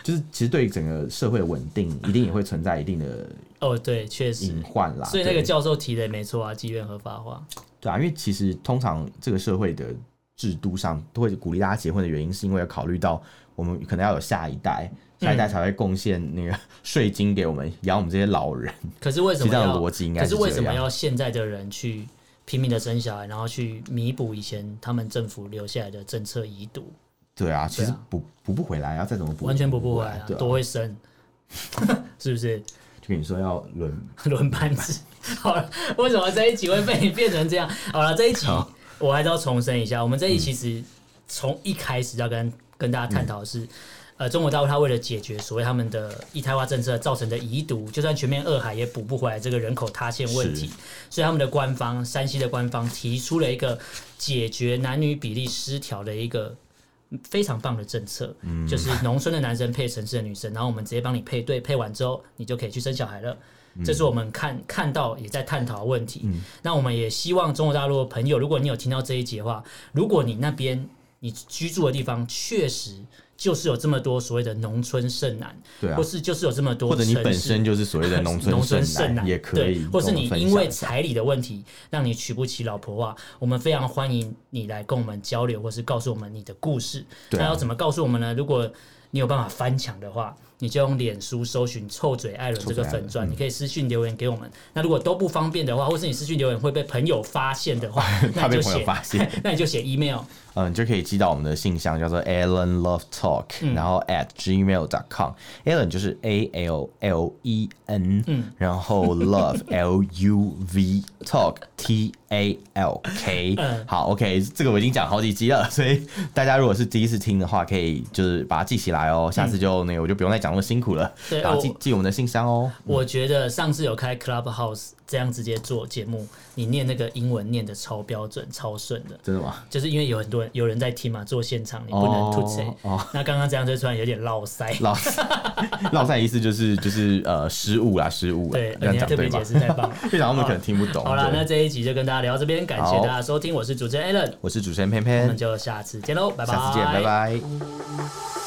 B: 就是其实对整个社会的稳定，一定也会存在一定的
A: 哦，对，确实
B: 隐。患啦。
A: 所以那个
B: 对
A: 教授提的也没错啊，妓院合法化。
B: 对啊，因为其实通常这个社会的制度上都会鼓励大家结婚的原因，是因为要考虑到我们可能要有下一代，下
A: 嗯
B: 一代才会贡献那个 税金给我们，养我们这些老人。
A: 可是为什
B: 其实
A: 么
B: 这样的
A: 要？
B: 逻辑应该
A: 可
B: 是
A: 是为
B: 这
A: 什么
B: 样
A: 要现在的人去拼命的生小孩，然后去弥补以前他们政府留下来的政策遗毒？
B: 对啊，其实
A: 对啊
B: 补补不回来啊，再怎么补
A: 完全补不回
B: 回
A: 来啊
B: 对，啊，
A: 多会生， 是不是？
B: 就跟你说要轮
A: 轮班制。好了，为什么这一集会被你变成这样？好了，这一集
B: 好嗯
A: 我还是要重申一下，我们这一集其实从一开始要跟跟大家探讨的
B: 嗯
A: 是。呃，中国大陆它为了解决所谓他们的一胎化政策造成的遗毒，就算全面二海也补不回来这个人口塌陷问题
B: 是，
A: 所以他们的官方山西的官方提出了一个解决男女比例失调的一个非常棒的政策，
B: 嗯
A: 就是农村的男生配城市的女生，然后我们直接帮你配对，配完之后你就可以去生小孩了。这
B: 嗯
A: 是我们看看到也在探讨的问题。那我们也希望中国大陆的朋友，如果你有听到这一集的话，如果你那边你居住的地方确实就是有这么多所谓的农村剩男，
B: 对啊
A: 或，是就是有这么多
B: 或者你
A: 城
B: 本
A: 市
B: 身就是所谓的农村
A: 村
B: 剩
A: 男
B: 男也可
A: 对
B: 以跟我
A: 或
B: 们分享一下，
A: 是你因为彩礼的问题让你娶不起老婆啊，我们非常欢迎你来跟我们交流，或是告诉我们你的故事。
B: 对啊
A: 那要怎么告诉我们呢？如果你有办法翻墙的话，你就用脸书搜寻“臭嘴艾伦”这个粉
B: 嗯
A: 钻，你可以私讯留言给我们。那如果都不方便的话，或是你私讯留言会被朋友发现的 话，那
B: 怕
A: 你
B: 被
A: 就
B: 朋友
A: 写，
B: 发现，
A: 那你就写 email。
B: 嗯，你就可以寄到我们的信箱，叫做 Alan Love Talk，、然
A: 嗯
B: 后 at gmail dot com。Alan 就是 A L L E N，、然
A: 嗯
B: 后 Love L U V Talk T A L K、
A: 嗯
B: 好，OK，这个我已经讲好几集了，所以大家如果是第一次听的话，可以就是把它记起来哦。下次就那个我就不用再讲那么辛苦了，
A: 嗯对
B: 然后
A: 我
B: 记记我们的信箱哦。
A: 我觉得上次有开 Clubhouse 这样直接做节目，你念那个英文念的超标准、超顺的。
B: 真 的吗？
A: 就是因为有很多人有人在听嘛，做现场你不能吐谁。
B: 哦哦
A: 那刚刚这样就突然有点落塞。
B: 老赛老赛意思就是就是呃失误啦，失误啦，
A: 对，
B: 这
A: 而
B: 样
A: 且还
B: 讲
A: 特别
B: 对吧
A: 解？释太 棒。
B: 非常他们可能听不懂。
A: 好啦，
B: 对
A: 那这一集就跟大家聊到这边，感谢
B: 好
A: 大家收听，我是主持人 Alan，
B: 我是主持人偏
A: 我
B: 偏
A: 们，就下次见喽，拜拜，
B: 下次见，拜拜。